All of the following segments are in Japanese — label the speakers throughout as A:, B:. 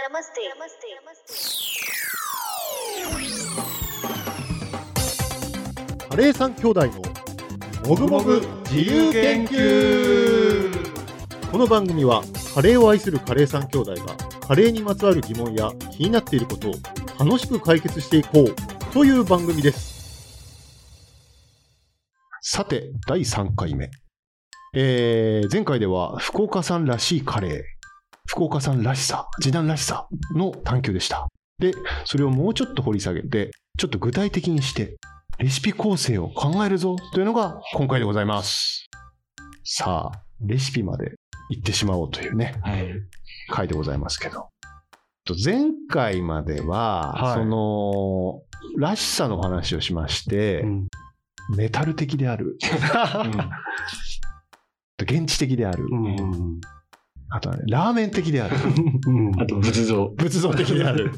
A: नमस्ते नमस्ते नमस्ते
B: カレーさん兄弟のもぐもぐ自由研究この番組はカレーを愛するカレーさん兄弟がカレーにまつわる疑問や気になっていることを楽しく解決していこうという番組です
C: さて、第3回目。えー前回では、福岡さんらしいカレー、福岡さんらしさ、時短らしさの探求でした。で、それをもうちょっと掘り下げて、ちょっと具体的にして、レシピ構成を考えるぞというのが今回でございます。さあ、レシピまで行ってしまおうというね、
D: はい。
C: 回でございますけど。と前回までは、
D: はい
C: その、らしさの話をしまして、
D: うん。
C: メタル的であ る。現地的である。
D: うん。
C: あとはね、ラーメン的である。
D: あと、 仏像。
C: 仏像的である。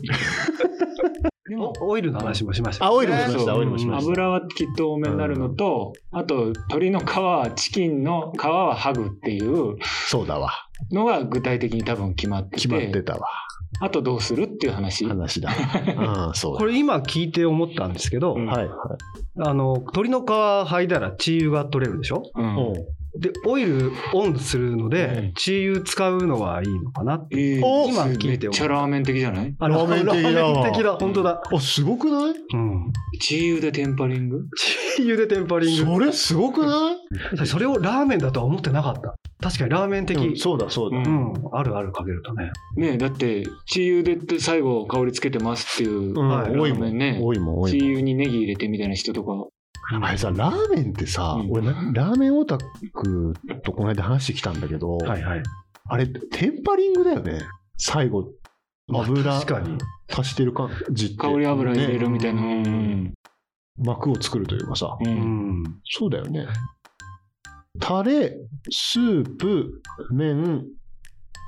D: オイルの話もしました
C: あ、
D: よね。
C: オイルもしました、
D: そう
C: オイルもしました。
E: 油はきっと多めになるのと、あと鶏の皮はチキンの皮はハグっていう
C: そうだわ。
E: のが具体的に多分決まってて
C: 決まってたわ。
E: あとどうするっていう話
C: 話 だ。うん、そう
D: これ今聞いて思ったんですけど、
E: うん
C: だ。はい。
D: あの、鶏の皮剥いだら血油が取れるでしょ
E: うん
C: おう
D: で、オイルオンするの
E: う
D: で、血油使うのはいいのかなって。
E: えー
C: お
D: 今聞
E: め
D: い
E: って
D: 思
E: ちゃラーメン的じゃない
D: あ
B: ラーメン的だわ
D: ラーメン的だ、本当だ。
C: あ、すごくない
D: うん。
E: 自由でテンパリング
D: 血油でテンパリング。
C: それすごくない
D: それをラーメンだとは思ってなかった。確かにラーメン的。
C: うんそうだ、そうだ。
E: う
D: うん、あるあるかけるとね。
E: ねえだって自由でって最後香りつけてますっていう、
C: うん
D: はい
C: 多い
E: ラーメ
C: も
E: ン
C: ん、
E: ね
C: 多いもん、多
E: 自
C: い
E: 由にネギ入れてみたいな人とか
C: もん。あれさ、ラーメンってさ、
E: うん
C: 俺な、ラーメンオタクとこの間話してきたんだけど、
D: はいはい。
C: あれ、テンパリングだよね。最後、油
D: 確かに。
C: 足してる感じって。
E: 香り油入れ
C: ね
E: るみたいな、
D: うん
C: 膜を作るというかさ。
E: うん
D: うん。
C: そうだよね。タレ、スープ、麺、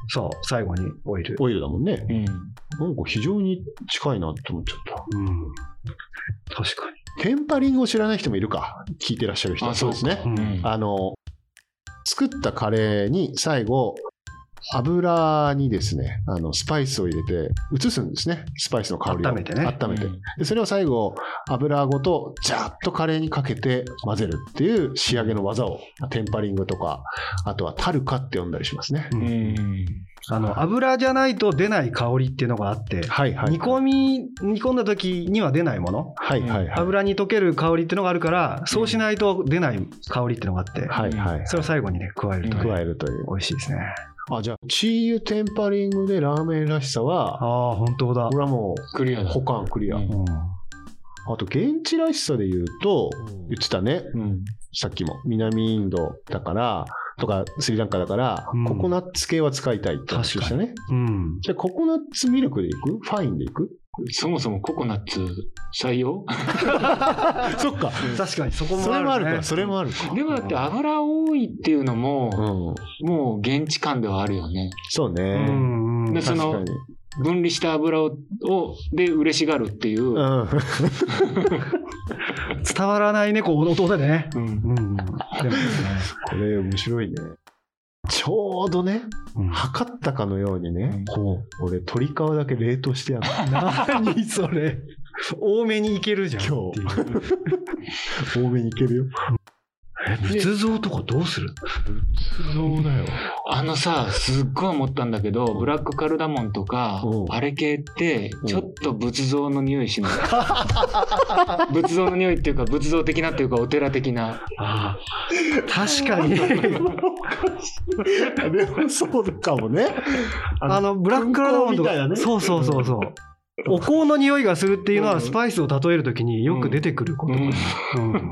D: そう、最後にオイル。
C: オイルだもんね。
E: うん
C: なんか非常に近いなって思っちゃった。
D: うん。確か
C: テンパリングを知らない人もいるか、聞いてらっしゃる人は。
E: あそうか
C: ね。
D: に。
E: うん
C: あの、作ったカレーに最後、油にですね、あのスパイスを入れて、移すんですね。スパイスの香りを。
D: 温めてね
C: 温めて。で、それを最後、油ごと、ジャーッとカレーにかけて混ぜるっていう仕上げの技を、テンパリングとか、あとはタルカって呼んだりしますね。
D: う
E: うんん
D: あの、油じゃないと出ない香りっていうのがあって、
C: はいはい。
D: 煮込み、煮込んだ時には出ないもの。
C: はいはいはい。
D: 油に溶ける香りっていうのがあるから、そうしないと出ない香りっていうのがあって、
C: はいはい。
D: それを最後にね、加えるとね、
C: 加えるという。
D: 美味しいですね。
C: あ、じゃあ、チー油テンパリングでラーメンらしさは、
D: ああ、本当だ
C: こ。れはもう、
E: クリアだ
C: 保管クリア。
E: うん
D: うん。
C: あと、現地らしさで言うと、言ってたね、
E: うん
C: さっきも。南インドだから、とか、スリランカだから、
D: うん
C: ココナッツ系は使いたいって話でしたね。
D: うん。
C: じゃあ、ココナッツミルクでいくファインでいく
E: そもそもココナッツ採用
C: そっか。
D: 確かにそこもある、ね。
C: それもあるか、それもあるか。
E: でもだって油多いっていうのも、
C: うん。
E: もう現地感ではあるよね。
C: そう
D: う
C: ね。
D: んうん
E: で。そ
C: 確
E: の
C: かに。
E: 分離した油ををで嬉しがるっていう。
C: うん。
D: 伝わらないね、こう、音でね。
E: うん
D: うんうん。でもですね。
C: これ面白いね。ちょうどね、
D: うん
C: 測ったかのようにね、
D: こう。
C: 俺、鶏皮だけ冷凍 してやる。
D: 何それ多めにいけるじゃん
C: 今
D: っていう
C: 多めにいけるよ。
D: 仏像とかどうする
C: そうだよ。
E: あのさ、すっごい思ったんだけど、ブラックカルダモンとか
C: うん、
E: あれ系って、ちょっと仏像の匂い しない仏像の匂いっていうか、仏像的なっていうか、お寺的な。
D: ああ確かに
C: あれはそうかもね。
D: あのブラックカラダモンと
C: みたいな
D: か
C: ね
D: そうそうそうそうお香の匂いがするっていうの
E: う
D: は
E: ん
D: スパイスを例えるときによく出てくること、
E: うん
D: うん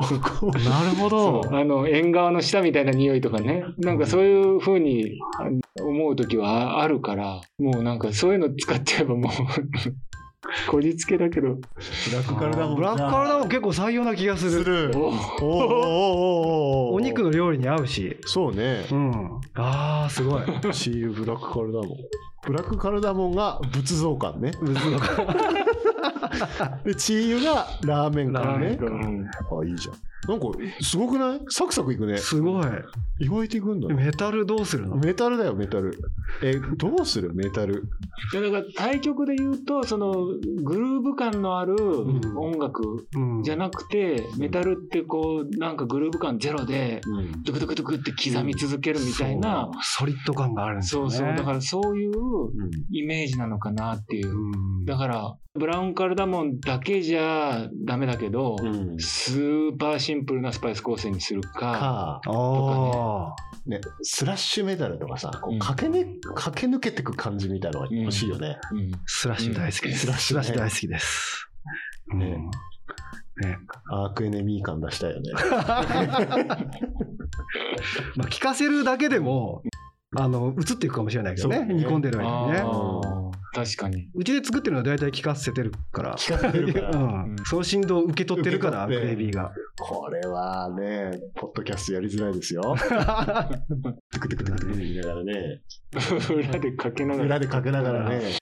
D: なるほど
E: そうあの縁側の下みたいな匂いとかねなんかそういう風にあ思う時はああるからもうなんかそういうの使っちゃえばもう こじつけだけど
C: ブラックカルダモン。
D: ブラックカルダモン結構採用な気がす
C: す
D: る
C: る。
E: お
C: おおおお
D: お肉
C: の。
D: の料理に合うし
C: そうね
D: う。んああすごい
C: チーブラックカルダモン。ブラックカルダモンが仏像感ね。
D: 仏像
C: で、チー油がラーメン感
D: ラーメ
C: ね
D: ン。感
E: うん
C: あ、いいじゃん。なんか、すごくないサクサクいくね。
D: すごい。
C: 意外といくんだね。
D: メタルどうするの
C: メタルだよ、メタル。え、どうするメタル。
E: いやだから対局で言うと、そのグルーヴ感のある
D: ん
E: 音楽
D: うん
E: じゃなくて、メタルってこう、なんかグルーヴ感ゼロで、
C: うん。
E: ドクドクドクって刻み続けるみたいな、
D: そうソリッド感があるんです
E: そ
D: よ
E: う
D: ね。
E: そう、だからそういうイメージなのかなっていう。
D: うん
E: だから、ブラウンカルダモンだけじゃダメだけど、
C: ん
E: スーパーシンプルなスパイス構成にするか、
C: か、
D: ああ、
C: ね、スラッシュメタルとかさ、こ
E: う
C: うん駆け,、ね、駆け抜けてく感じみたいなのが欲しいよね。
E: うん
D: スラッシュ大好きです。
C: うん
D: スラッシュ大好きです。
C: ね
D: うん
C: アークエネミー感出したいよね。
D: まあ、聞かせるだけでも、あの、映っていくかもしれないけどね。
C: そうね
D: 煮込んでる間にね
E: あ。ー確かに。
D: うちで作ってるのは大体聞かせてるから。
C: 聞かせてるから。
D: うん。その振動を受け取ってるから、ク
C: 受け取って
D: レイビーが。
C: これはね、ポッドキャストやりづらいですよ。トゥクトゥクトゥクトゥク言いながらね、
E: 裏でかけながら。
C: 裏でかけながらね、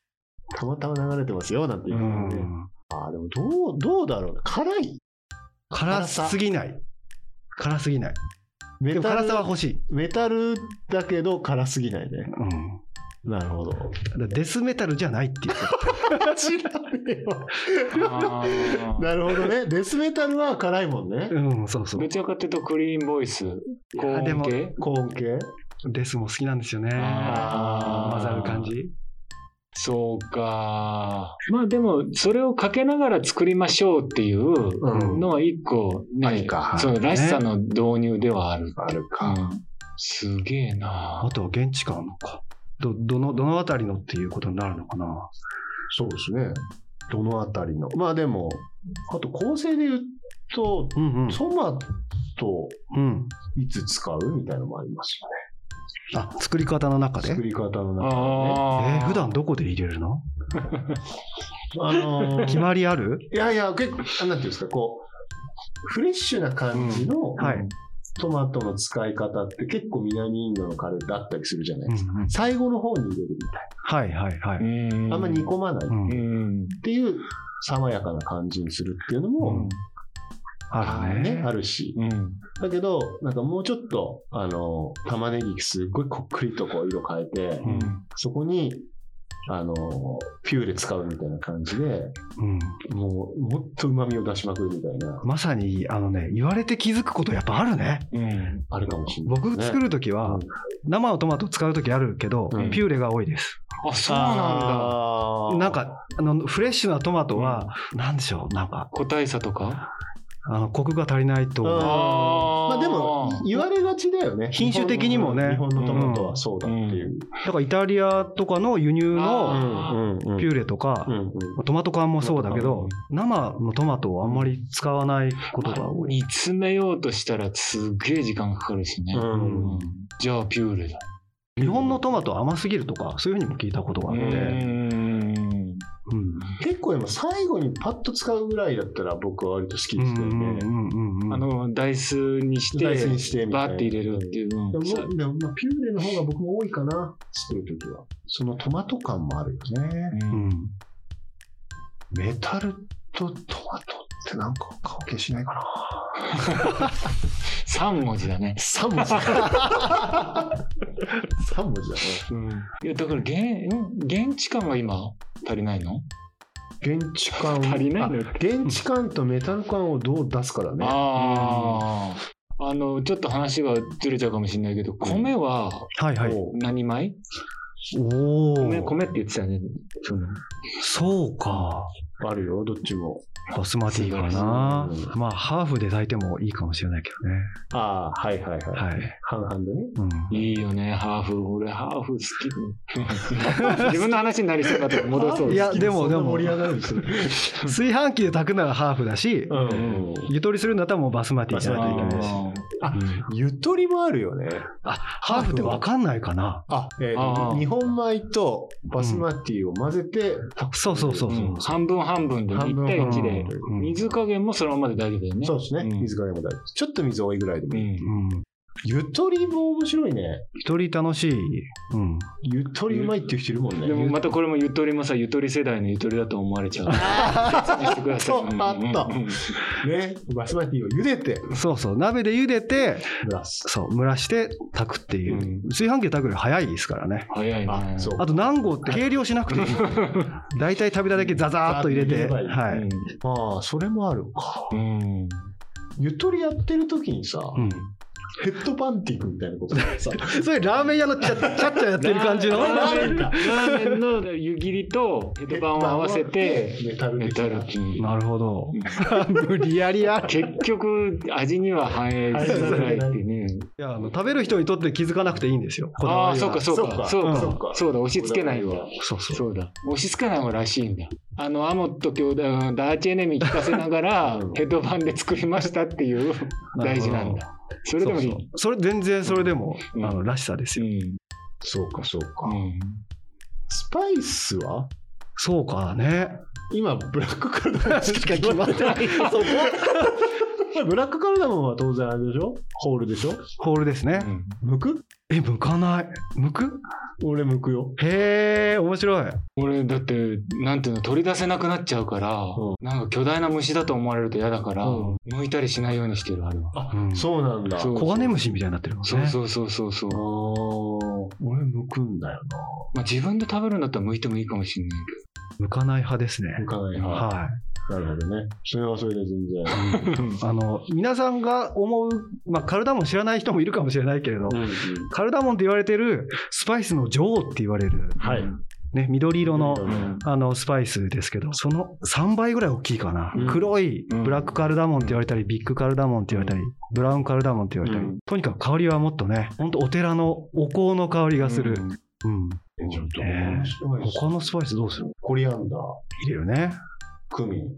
C: たまたま流れてますよ、なんて言
D: う
C: うね。
D: ん。
C: あーでもどう、どうだろうな。辛い。
D: 辛すぎない。辛すぎない。
C: メ
D: でも
C: タル
D: 辛さは欲しい。
C: メタルだけど辛すぎないね。
D: うん。
C: なるほど。
D: だからデスメタルじゃないっていうこと。
C: 知らねえわ
E: あ ー
C: なるほどね。デスメタルは辛いもんね。
D: うん、そうそう
E: ど。ちらかというとクリーンボイス、高
D: で
E: 音
D: も
E: 系
C: 高音系
D: デスも好きなんですよね。
E: あー
D: 混ざる感じ。
E: そうか。まあでも、それをかけながら作りましょうっていう
C: うん
E: のは一個
C: あ
E: ね、
C: りか
E: そう、らしさの導入ではある。
C: ある
E: う
C: か。
E: んすげえな
D: あとは現地感のか。ど、どの、どのあたりのっていうことになるのかな。
C: そうですね。どのあたりの。まあでも、あと構成で言うと、
D: うんうん。
C: トマト
D: うん。
C: いつ使うみたいなのもありますよ
D: あ、作り方の中
C: ね。
D: で。
C: 作り方の中でね。
D: え
E: あ
D: ー
E: ー
D: 普段どこで入れるの
C: あのー
D: 決まりある
C: いやいや、結構、なんていうんですか、こう、フレッシュな感じの
D: はい。
C: トマトの使い方って結構南インドのカレーだったりするじゃないですか。
D: うんうん
C: 最後の方に入れるみたい
D: はいはいは
E: う
D: い。
E: ん。
C: な。あんま煮込まないうっ
D: ん
E: うん。
C: ていう爽やかな感じにするっていうのも、
D: ある
C: ね
D: ね。
C: あるし。
E: うん。
C: だけど、なんかもうちょっと、あの、玉ねぎすっごいこっくりとこう色変えて、
D: うん
C: そこに、あの、ピューレ使うみたいな感じで、
D: うん
C: もう、もっと旨味を出しまくるみたいな、
D: まさに、あのね、言われて気づくことやっぱあるね。
E: うん。
C: あるかもしれない。
D: 僕作るときは、生のトマト使うときあるけど、
C: うん
D: ピューレが多いです。
E: あ、そうなんだ。
C: だ
D: なん、か、あの、フレッシュなトマトは、なんでしょう、なんか、
E: 個体差とか
D: あの、コクが足りないと。
C: うん
E: あー
C: まあでも、言われがちだよね。
D: 品種的にもね
C: 日本のトマトはそうだっていう。
D: だからイタリアとかの輸入
C: う
D: の
E: あ
C: んうんうん
D: ピューレとか
C: う、んうん
D: トマト缶もそうだけど、生のトマトをあんまり使わないことが多い。
E: 煮詰めようとしたらすげえ時間かかるしね。
C: うん
E: うんじゃあピューレだ。
D: 日本のトマトは甘すぎるとか、そういうふうにも聞いたことがあっ
E: う
D: て。
E: ん
D: うん
C: 結構でも最後にパッと使うぐらいだったら僕は割と好き
D: う
C: ですけど
D: ん
C: ね。
D: うんうんうん
E: あの、ダイスにして、
C: ダイスにしてみたいな
E: バーって入れるっていう。うん
C: で
E: さ
C: もでもまあピューレの方が僕も多いかな、作るときは。そのトマト感もあるよね。
E: う
D: うんん
C: メタルとトマトってなんか関係しないかな。
E: 三文字だね。
C: 3文字 だ。3文字だね。
E: いや、だから、現、うん現地感が今、足りないの
C: 現地感を
E: 足りないのよ
C: あ現地感とメタル感をどう出すからね。
E: ああ。あの、ちょっと話がずれちゃうかもしれないけど、米は
D: はいはい。
C: もう
E: 何米
D: お
E: 米
D: お、
E: 米って言ってたよね。その
D: そうか。
C: あるよ、どっちも。
D: バスマティかな
C: そうで。す
D: まあ、ハーフで炊いてもいいかもしれないけどね。
C: ああ、はいはいはい。
D: はい。
C: 半々でね。
D: うん
E: いいよね、ハーフ。俺、ハーフ好き。自分の話になりそうだと戻そう。
D: いやでもでも
C: そんな盛り上がるんですね。
D: 炊飯器で炊くならハーフだし、
C: うん。
D: ゆとりするんだったらもうバスマティじゃ
E: あ
D: ないといけないし。
E: ー
C: ゆとりもあるよね。
D: あ、ハーフってわかんないかな。
C: あ、えー
E: あー
C: 日本米とバスマティを混ぜて、
D: そうそうそう
E: う
D: そ
E: ん
D: う。
E: 半分半分で、
C: 半分
E: 1対1で。
D: うん
E: 水加減もそのままで大丈夫だよね。
C: そうですね。
E: うん
C: 水加減も大事。ちょっと水多いぐらいでも
E: う
C: いい。
E: ん
D: うん
C: ゆとりも面白いね。
D: 一人楽しい。うん。
C: ゆとりうまいっていう人いるもんね。
E: でもまたこれもゆとりもさ、ゆとり世代のゆとりだと思われちゃう。してください
C: そうあった
E: うんうんうん
C: ね、バスマティを茹でて、
D: そうそう。鍋で茹でて、
C: プラス。
D: そう、蒸らして炊くってい
E: う
D: う。
E: ん
D: 炊飯器で炊くより早いですからね。
E: 早い
C: あ
E: ね。、
C: そう。
D: あと、何合って計量しなくてい い。大体食べただけザザーっと入れて。
C: ザーッと入れればいい
D: はい。
C: まあ、それもあるか。
E: うん。うん
C: ゆとりやってる時にさ、
D: うん
C: ヘッドパンティングみたいなことでさ、
D: それラーメン屋のちゃっちゃっちゃやってる感じの
E: ラ
C: ラーメ
E: ーメ
C: ン
E: ン
C: だ
E: ラーメンの湯切りとヘッドバンを合わせて、
C: メタル
E: メ
C: 的
E: タル
C: な。
E: キー
D: なるほど。無理やりや。
E: 結局、味には反映しづらいってね。
D: いやあの食べる人にとって気づかなくていいんですよ。こだ
E: あ
D: わ
E: あ、
D: り
E: そう
D: は
E: か、そうか、そう
D: そ
E: か、そうだ、押し付けないんだ。
D: そうそう。
E: そうだ。押し付けない方がらしいんだ。あの、アモット兄弟、うんダーチエネミー聞かせながら、ヘッドバンで作りましたっていう大事なんだ。それでもいい。
D: そうそうそれ全然それでも、
E: うん
D: あのらしさです
E: う
D: よ。
E: ん
C: そうか、そうか。
E: うん
C: スパイスは
D: そうかね。
C: 今、ブラックカルダモンしか決まってない。
D: い。そこ。
C: ブラックカルダモンは当然あれでしょホールでしょ
D: ホールですね。
C: むく
D: え向かない。向く？
C: 俺むくよ。
D: へえ面白い。
E: 俺だってなんていうの取り出せなくなっちゃうから、
C: うん
E: なんか巨大な虫だと思われると嫌だから、
C: うん
E: 剥いたりしないようにしてるあれは
C: あ
D: うん
C: そうなんだ。
E: そう
D: コガネムシみたいになってるもんね。
E: そうそうそうそうそう、
C: あー俺むくんだよな。
E: まあ、自分で食べるんだったら剥いてもいいかもしれない
D: 向かない派ですね。
C: むかない派。
D: は
C: なるほどね。それはそれで全然。
D: い。
E: けど
D: あの皆さんが思うまあカルダモン知らない人もいるかもしれないけれど。カルダモンって言われてるスパイスの女王って言われる、
C: はい。
D: ね、緑色の
C: うん
D: あのスパイスですけど、その3倍ぐらい大きいかな、
C: うん
D: 黒い
E: うん
D: ブラックカルダモンって言われたり、ビッグカルダモンって言われたり、ブラウンカルダモンって言われたり、
E: うん
D: とにかく香りはもっとね、本当お寺のお香の香りがする。うん
C: えちょっと
D: ね
C: 面白いです
D: 他のスパイスどうする
C: コリアンダー、
D: 入れるね。
C: クミン。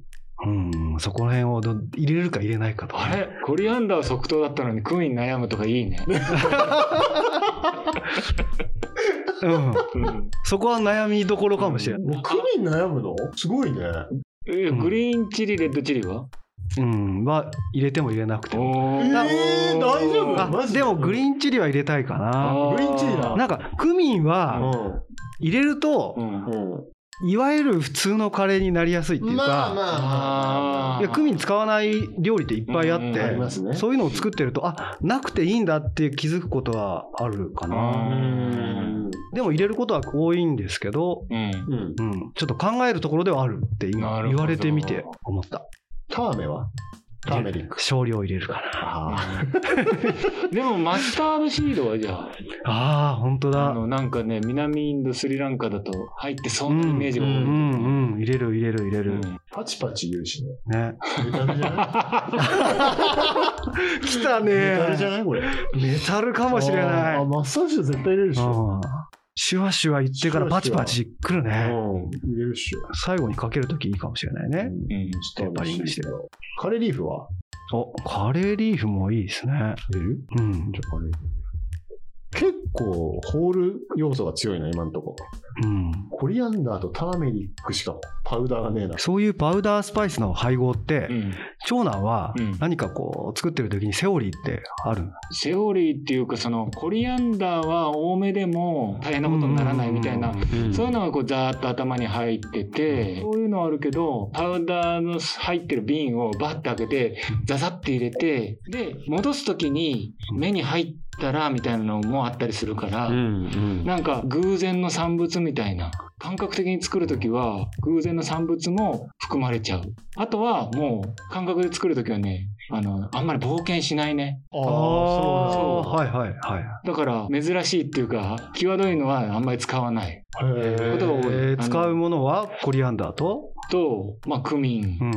D: うん、そこら辺をど入れるか入れないかとか
E: あ
D: ね、
E: れコリアンダーは即答だったのにクミン悩むとかいいね、
D: うん、
E: うん
D: そこは悩みどころかもしれない。
C: もうクミン悩むのすごいね。
E: え
D: うん
E: グリーンチリレッドチリは
D: うん、は入れても入れなくても。
E: お
C: えー
E: ー
C: 大丈夫
D: あ
C: マジで
D: でもグリーンチリは入れたいかな。
E: あ
C: グリーンチリだ
D: なんかクミン
C: う
D: は
C: ん。
D: 入れると、
E: うん
D: いわゆる普通のカレーになりやすいっていうか、
E: あ
D: いやクミン使わない料理っていっぱいあっ
E: うん
D: て、
E: あります
C: ね
D: そういうのを作ってるとあなくていいんだって気づくことはあるか
E: あ
D: な
C: うん。
D: でも入れることは多いんですけど、
E: うん
C: うん。
D: うん、ちょっと考えるところではあるって
E: な
D: 今
E: るほ
D: 言
E: ど
D: われてみて思った
C: ターメはターメリック。
D: 少量入れるかな
C: あ
E: でもマスター ドシードはじゃあ
D: あー本当
E: あ
D: だ
E: のなんかね南インドスリランカだと入ってそんなイメージが多い、
D: う
E: うん
D: んうん入れる入れる入れる、
C: ーパチパチ言う しね。
D: ね
C: メタルじゃない
D: 来た
C: メタルじゃ
D: ね
C: ないこれ。
D: メタルかもしれない
C: あーマッサージは絶対入れるでしょ。
D: うんシュワシュワ言ってからパチパチくる
C: うん
D: ね。
C: 入れるっしょ。
D: 最後にかけるときいいかもしれないね。
E: うん
C: スタバにしてるカレーリーフは
D: お、カレーリーフもいいですね。
C: 入れる
D: うん
C: じ。ゃあカレーリーフ。結構ホール要素が強いな、今んとこ。
D: うん。
C: コリアンダーとターメリックしかパウダーがねえな。
D: そういうパウダースパイスの配合って、
E: うん
D: 長男は
E: うん
D: 何かこう作ってるときにセオリーってある
E: セオリーっていうかそのコリアンダーは多めでも大変なことにならないみたいな、
D: うんうんうん
E: そういうのがこうザーッと頭に入ってて、そういうのはあるけどパウダーの入ってる瓶をバッて開けてザザッて入れてで戻す時に目に入ったらみたいなのもあったりするから。なんか偶然の産物みたいな感覚的に作る時は偶然の産物も含まれちゃうあとはもう感覚で作る時はねあのあんまり冒険しないね
C: ああ
D: あ
E: そう
D: ーはいはいはい。
E: だから珍しいっていうか際どいのはあんまり使わない
C: そうなんだ。へ
E: ことが多い
D: えー
E: あの
D: 使うものはコリアンダーと、
E: と、まあ、クミン、
D: うん、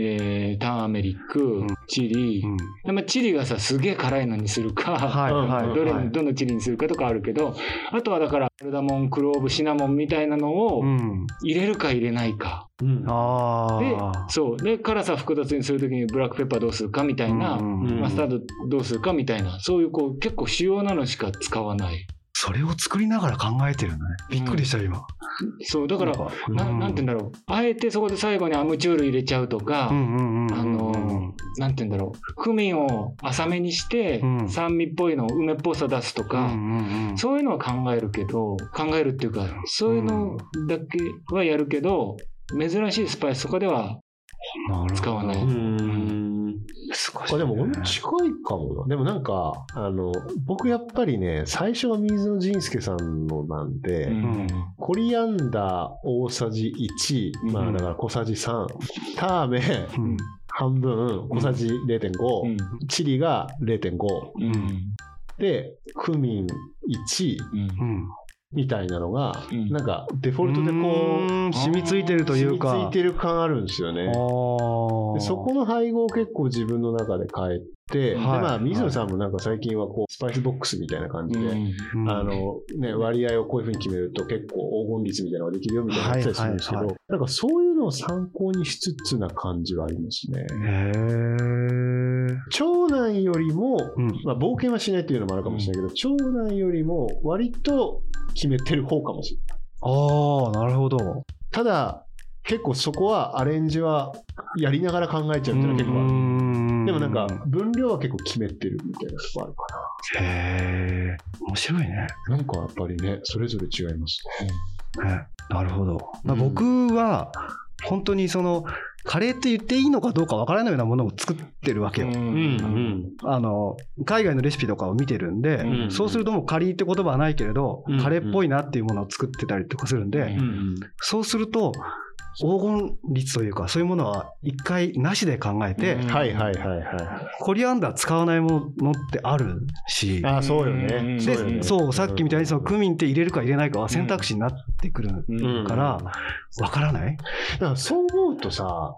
E: えーターメリック、
D: うん
E: チリ、
D: うん。
E: でまあ、チリがさすげえ辛いのにするか、
D: はいはいはい。
E: どれにどのチリにするかとかあるけどあとはだからカルダモンクローブシナモンみたいなのを
D: うん。
E: 入れるか入れないか、
C: うん
D: あ
E: で
D: あ。
E: そうで辛さ複雑にするときにブラックペッパーどうするかみたいな、
D: うんうん
E: マスタードどうするかみたいなそういうこう結構主要なのしか使わない
D: それを作りながら考えてるんだね。びっくりした今。
E: そうだから
D: なん
E: な
D: うん
E: なんて言うんだろうあえてそこで最後にアムチュール入れちゃうとか、
D: うんうんうんうんうん
E: あのなんて言うんだろう、クミンを浅めにして
D: う、ん
E: 酸味っぽいのを梅っぽさ出すとか、
D: ん
E: そういうのは考えるけど、考えるっていうか、そういうのだけはやるけど、珍しいスパイスとかでは使わない。
B: ん。
D: 少
C: あでも俺も近いかもなでもなんかあの僕やっぱりね最初は水野仁介さんのなんで、
E: うん
C: コリアンダー大さじ1、ま
E: う
C: あ
E: ん
C: だから小さじ3、ターメン
D: うん
C: 半分、小さじ0.5、
E: うん
C: チリが0.5、
E: うん
C: で、クミン1
E: うん
D: うん
C: みたいなのが、
E: うん
C: なんかデフォルトでこ
D: ーん染みついてる
C: う、
D: というか
C: 染みついてる感あるんですよね
D: あ。ー
C: でそこの配合を結構自分の中で変えて、で
D: はい
C: まあ水野さんもなんか最近はこうスパイスボックスみたいな感じで、
D: うん
C: あのね、割合をこういうふうに決めると結構黄金率みたいなのができるよみたいなのがあったりするんですけど、
D: はいは
C: なんかそういうのを参考にしつつな感じはありますね。
D: へー
C: 長男よりも、
D: うん
C: まあ、冒険はしないっていうのもあるかもしれないけど、長男よりも割と決めてる方かもしれない。
D: ああなるほど
C: ただ、結構そこはアレンジはやりながら考えちゃうっていうのは結構ある。でもなんか分量は結構決めてるみたいなとこあるか
D: へえ面白いね
C: な。なんかやっぱりね、それぞれ違いますね。
D: ねなるほど、ま
C: う
D: あ、
C: ん
D: 僕は本当にそのカレーって言っていいのかどうかわからないようなものを作ってるわけよ、
B: うん。
D: あの海外のレシピとかを見てるんで、
E: うん
D: そうするともうカリーって言葉はないけれど、
B: うん
D: カレーっぽいなっていうものを作ってたりとかするんで、
E: うん
B: うん。
D: そうすると黄金率というかそういうものは一回なしで考えて、
E: うん
C: はいはいはいは
D: コリアンダー使わないものってあるし
C: い。ああ、そうよ
E: うんうんうん
C: ね。
D: で
C: よね
D: そうさっきみたいにそのクミンって入れるか入れないかは選択肢になってくる
E: うん
D: からわからない、
C: だからそう思うとさ、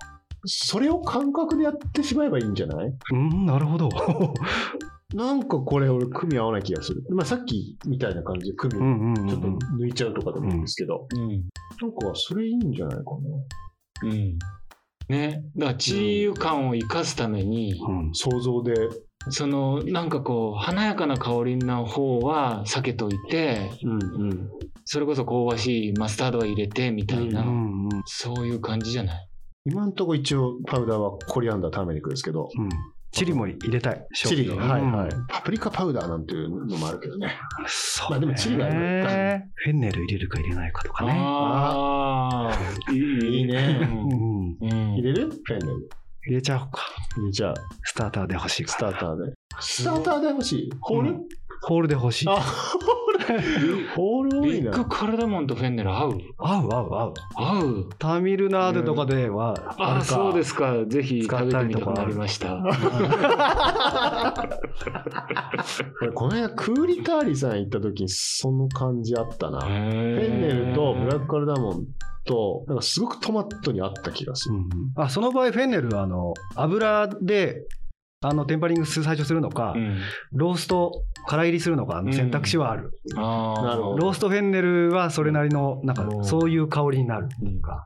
C: それを感覚でやってしまえばいいんじゃない
D: うん、なるほど。
C: なんかこれ俺組み合わない気がする。まあさっきみたいな感じで組
D: う
C: み
D: んうんうん
C: ちょっと抜いちゃうとかでもいいんですけど、
E: うん
C: なんかそれいいんじゃないかな。
E: うんね、だから治癒感を生かすために、
D: うん
C: 想像で。
E: そのなんかこう華やかな香りの方は避けといて
C: うんうん。
E: それこそ香ばしいマスタードは入れてみたいな、
D: うんうん
E: そういう感じじゃない
C: 今んとこ一応パウダーはコリアンダーターメリックですけど、
D: うんチリも入れたい。
C: チリが、はいはい
D: うん。
C: パプリカパウダーなんていうのもあるけどね。
D: そう、ね。
C: まあでもチリがね
D: フェンネル入れるか入れないかとかね。
E: ああ
C: いいね。
D: うんうん
E: うん
C: 入れるフェンネル。
D: 入れちゃおうか。
C: 入れちゃう。
D: スターターで欲しい
C: ス
D: か
C: タ
D: ら。
C: ーターで。スターターで欲しい。ホール、
D: うんホールで欲しい。
C: あ、ホール。ホール多
E: ビ
C: い
E: ッ
C: な。
E: グカルダモンとフェンネル合う
D: 合う合う合う。
E: 合う
D: ターミルナードとかではあ
E: あ
D: る
E: あ
D: か。
E: そうですかぜひ
D: 使
E: 食
D: っ
E: べ
D: た
E: て
D: り
E: みた
D: とか
E: くなりました
C: 俺この間クーリターリさん行った時にその感じあったな。
E: フ
C: フェンネルとブラック
E: ク
C: カルダモンと、なんかすごくトマトに合った気がす
D: う
C: る。
D: んうんあその場合フェンネルはあの油であのテンパリングする最初するのか、
E: うん
D: ローストから入りするのかの選択肢はある、
E: ああ
C: なるほど
D: ローストフェンネルはそれなりのなん
C: う
D: か
C: ん
D: そういう香りになるっていうか、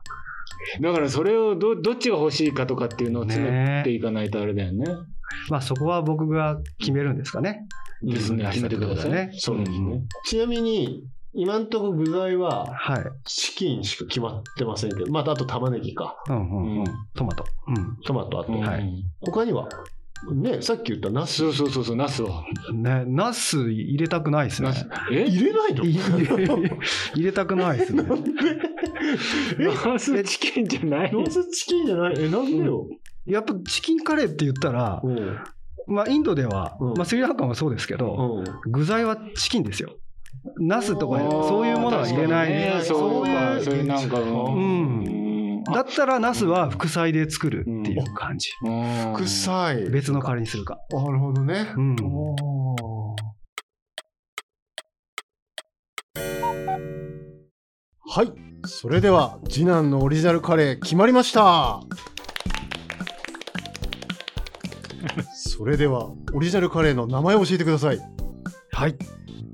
E: だからそれをどどっちが欲しいかとかっていうのを詰めていかないとあれだよね。
D: まあ、そこは僕が決めるんですかね。
E: ですね、決めてください。
D: ね
C: そうです
E: うんう
C: ね
E: ん。
C: ちなみに、今んとこ具材は
D: はい。
C: チキンしか決まってませんけど、またあと玉ねぎか、
D: うんうんうん
E: うん
D: トマト。
C: トマトあと、
E: うん
D: はい
C: 他には、ね、さっき言ったナス
E: そうそうそうそう、ナスは。
D: うん。ね、ナス入れたくないですね
E: ナ。ス。え
C: 入れないの
D: い 入れたくないですね。
E: ナスチキンじゃない
C: ノースチキンじゃないえ、なんでよ。
D: やっぱチキンカレーって言ったら
C: う、ん。
D: まあ、インドでは、
C: うん
D: まあ、スリランカもそうですけど、
C: うん
D: 具材はチキンですよ。ナスとか
C: おー
D: そういうものは入れな
E: 確
D: い
E: かにねそうか、そういうなんか。
D: ん
E: うん
D: だったらナスは副菜で作るっていう感じ。
E: うん
C: 副菜。な
D: 別のカレーにするか。
C: るほどね。
D: うん。
B: はい。それでは、次男のオリジナルカレー決まりました。 それでは、オリジナルカレーの名前を教えてください。
D: はい。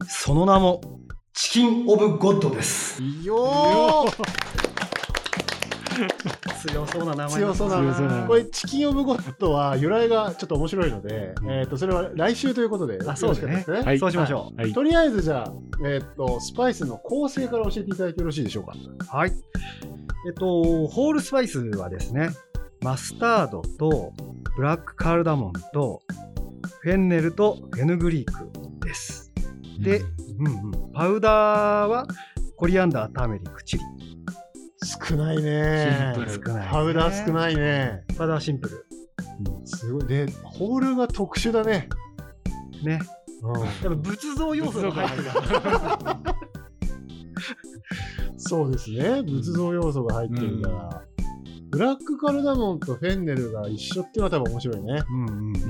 D: その名も、チキン・オブ・ゴッドです。
B: よー
D: 強そうな名前
B: 強そうだ
E: 強そうだ
B: な。
E: な
B: これ、チキンオブゴッドは由来がちょっと面白いので、
D: うん
B: えっ、と、それは来週ということで、
D: あそうですね
B: よろしかったですね。
D: そうしましょう。
B: とりあえずじゃあ、えっ、と、スパイスの構成から教えていただいてよろしいでしょうか。
D: はい。えっと、ホールスパイスはですね、マスタードとブラックカルダモンとフェンネルとフェヌグリークです。で、うんうん、パウダーはコリアンダー、ターメリック、チリ。
C: 少ないね
E: シンプル
D: 少ない、
C: パウダー少
D: い。
C: ないね
D: パウダーシンプル。
C: すごいでホールが特殊だね、
D: ね。
C: う
D: やっぱ仏像要素が入ってる。
C: ん、そうですね仏像要素が入ってるから、ブラックカルダモンとフェンネルが一緒っていうのは多分面白いね
D: うんうんうん。
C: こ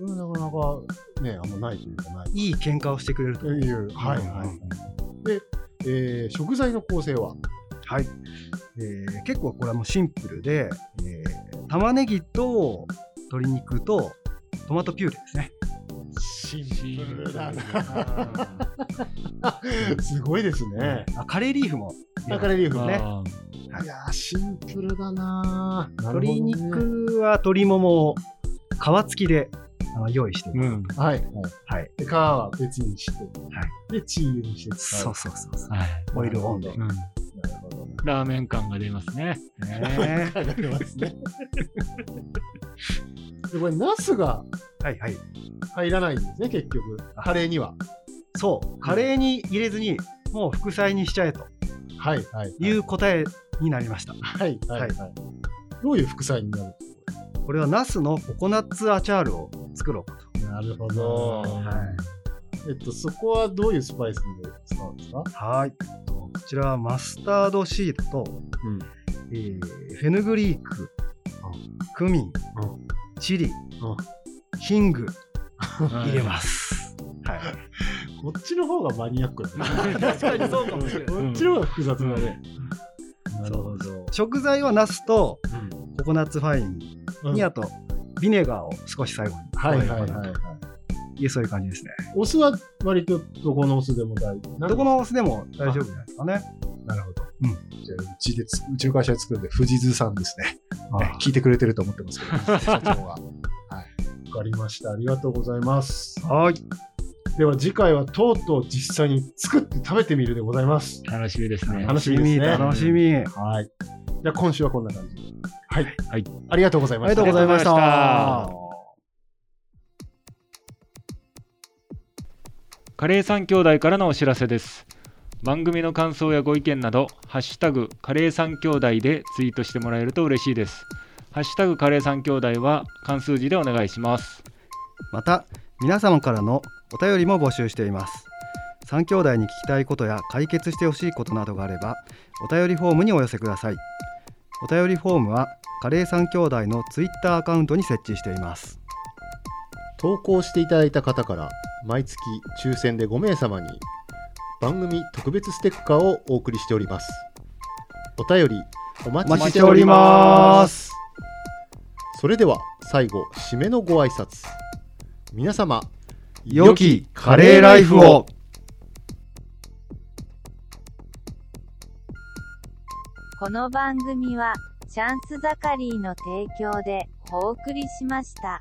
C: れなかなかねあんまないというかない
D: いい喧嘩をしてくれると
C: というはいはい、で、えー食材の構成は
D: はい、えー結構これはもうシンプルで、えー玉ねぎと鶏肉とトマトピューレです
C: シ
D: ね。
E: ンプルだな
C: すごいですね。
D: あカレーリーフも入れます
C: カレー リーフね。
E: あー
C: いやー、シンプルだなーなる
D: 鶏。
C: ほどね
D: 肉は鶏ももを皮付きであの用意してる、
E: うん。
C: はい。はい。
D: はい。
C: で、皮は別にして。
D: は
C: で、チーズにして使。
D: そううそうそうそう。
E: はい。
D: オイルオンで。
E: うん
C: なるほど。
E: ラーメン感が出ますね。
D: ね
C: わかりますね。 で、これ、ナスが
D: はいはい。
C: 入らないんですね、結局。カレーには。
D: そう、カレーに入れずに、もう副菜にしちゃえと
C: はい。はい。
D: いう答えになりました。
C: はい。はい。はい。どういう副菜になるんですか
D: これはナスのココナッツアチャールを作ろうかと。
C: なるほど。
D: はい
C: えっと、そこはどういうスパイスで使うんですか
D: はい。こちらはマスタードシードと、
C: うん
D: えーフェヌグリーク、クミン、チリ、ヒング入れます。はい。
C: こっちの方がマニアックだね。
D: 確かにそうかもしれ
C: こ
E: い
C: っちの方が複雑だね。
D: なるほど。食材はナスとココナッツファイン
C: うん
D: に、あと、ビネガーを少し最後に。
C: はいはいはいはい。
D: いえそういう感じですね。
C: お酢は割とどこのお酢でも大丈夫。
D: どこのお酢でも大丈夫じゃないですかね。
C: なるほど。
D: うん
C: じゃあうちでつ、うちの会社で作るんで、富士通さんですね。
D: はい
C: 聞いてくれてると思ってますけ ど、社長は。はい。わかりました。ありがとうございます。
D: はい。
C: では次回はとうとう実際に作って食べてみるでございます。
E: 楽しみですね。
C: 楽しみですね
D: 楽しみ。あ
C: はい。じゃあ今週はこんな感じで。はい。
E: はい。
C: ありがとうございま
D: りが
C: した
D: とうご。ざいまし
E: ありがとうございま
D: た
E: し。カレー三兄弟からのお知らせです。番組の感想やご意見など、ハッシュタグカレー三兄弟でツイートしてもらえると嬉しいです。ハッシュタグカレー三兄弟は漢数字でお願いします。
D: また皆様からのお便りも募集しています三兄弟に聞きたいことや解決してほしいことなどがあればお便りフォームにお寄せくださいお便りフォームはカレー三兄弟のツイッターアカウントに設置しています
C: 投稿していただいた方から毎月抽選で5名様に番組特別ステッカーをお送りしておりますお便りお待ちしておりますそれでは最後締めのご挨拶皆様
D: 良きカレーライフを
A: この番組はチャンスザカリーの提供でお送りしました。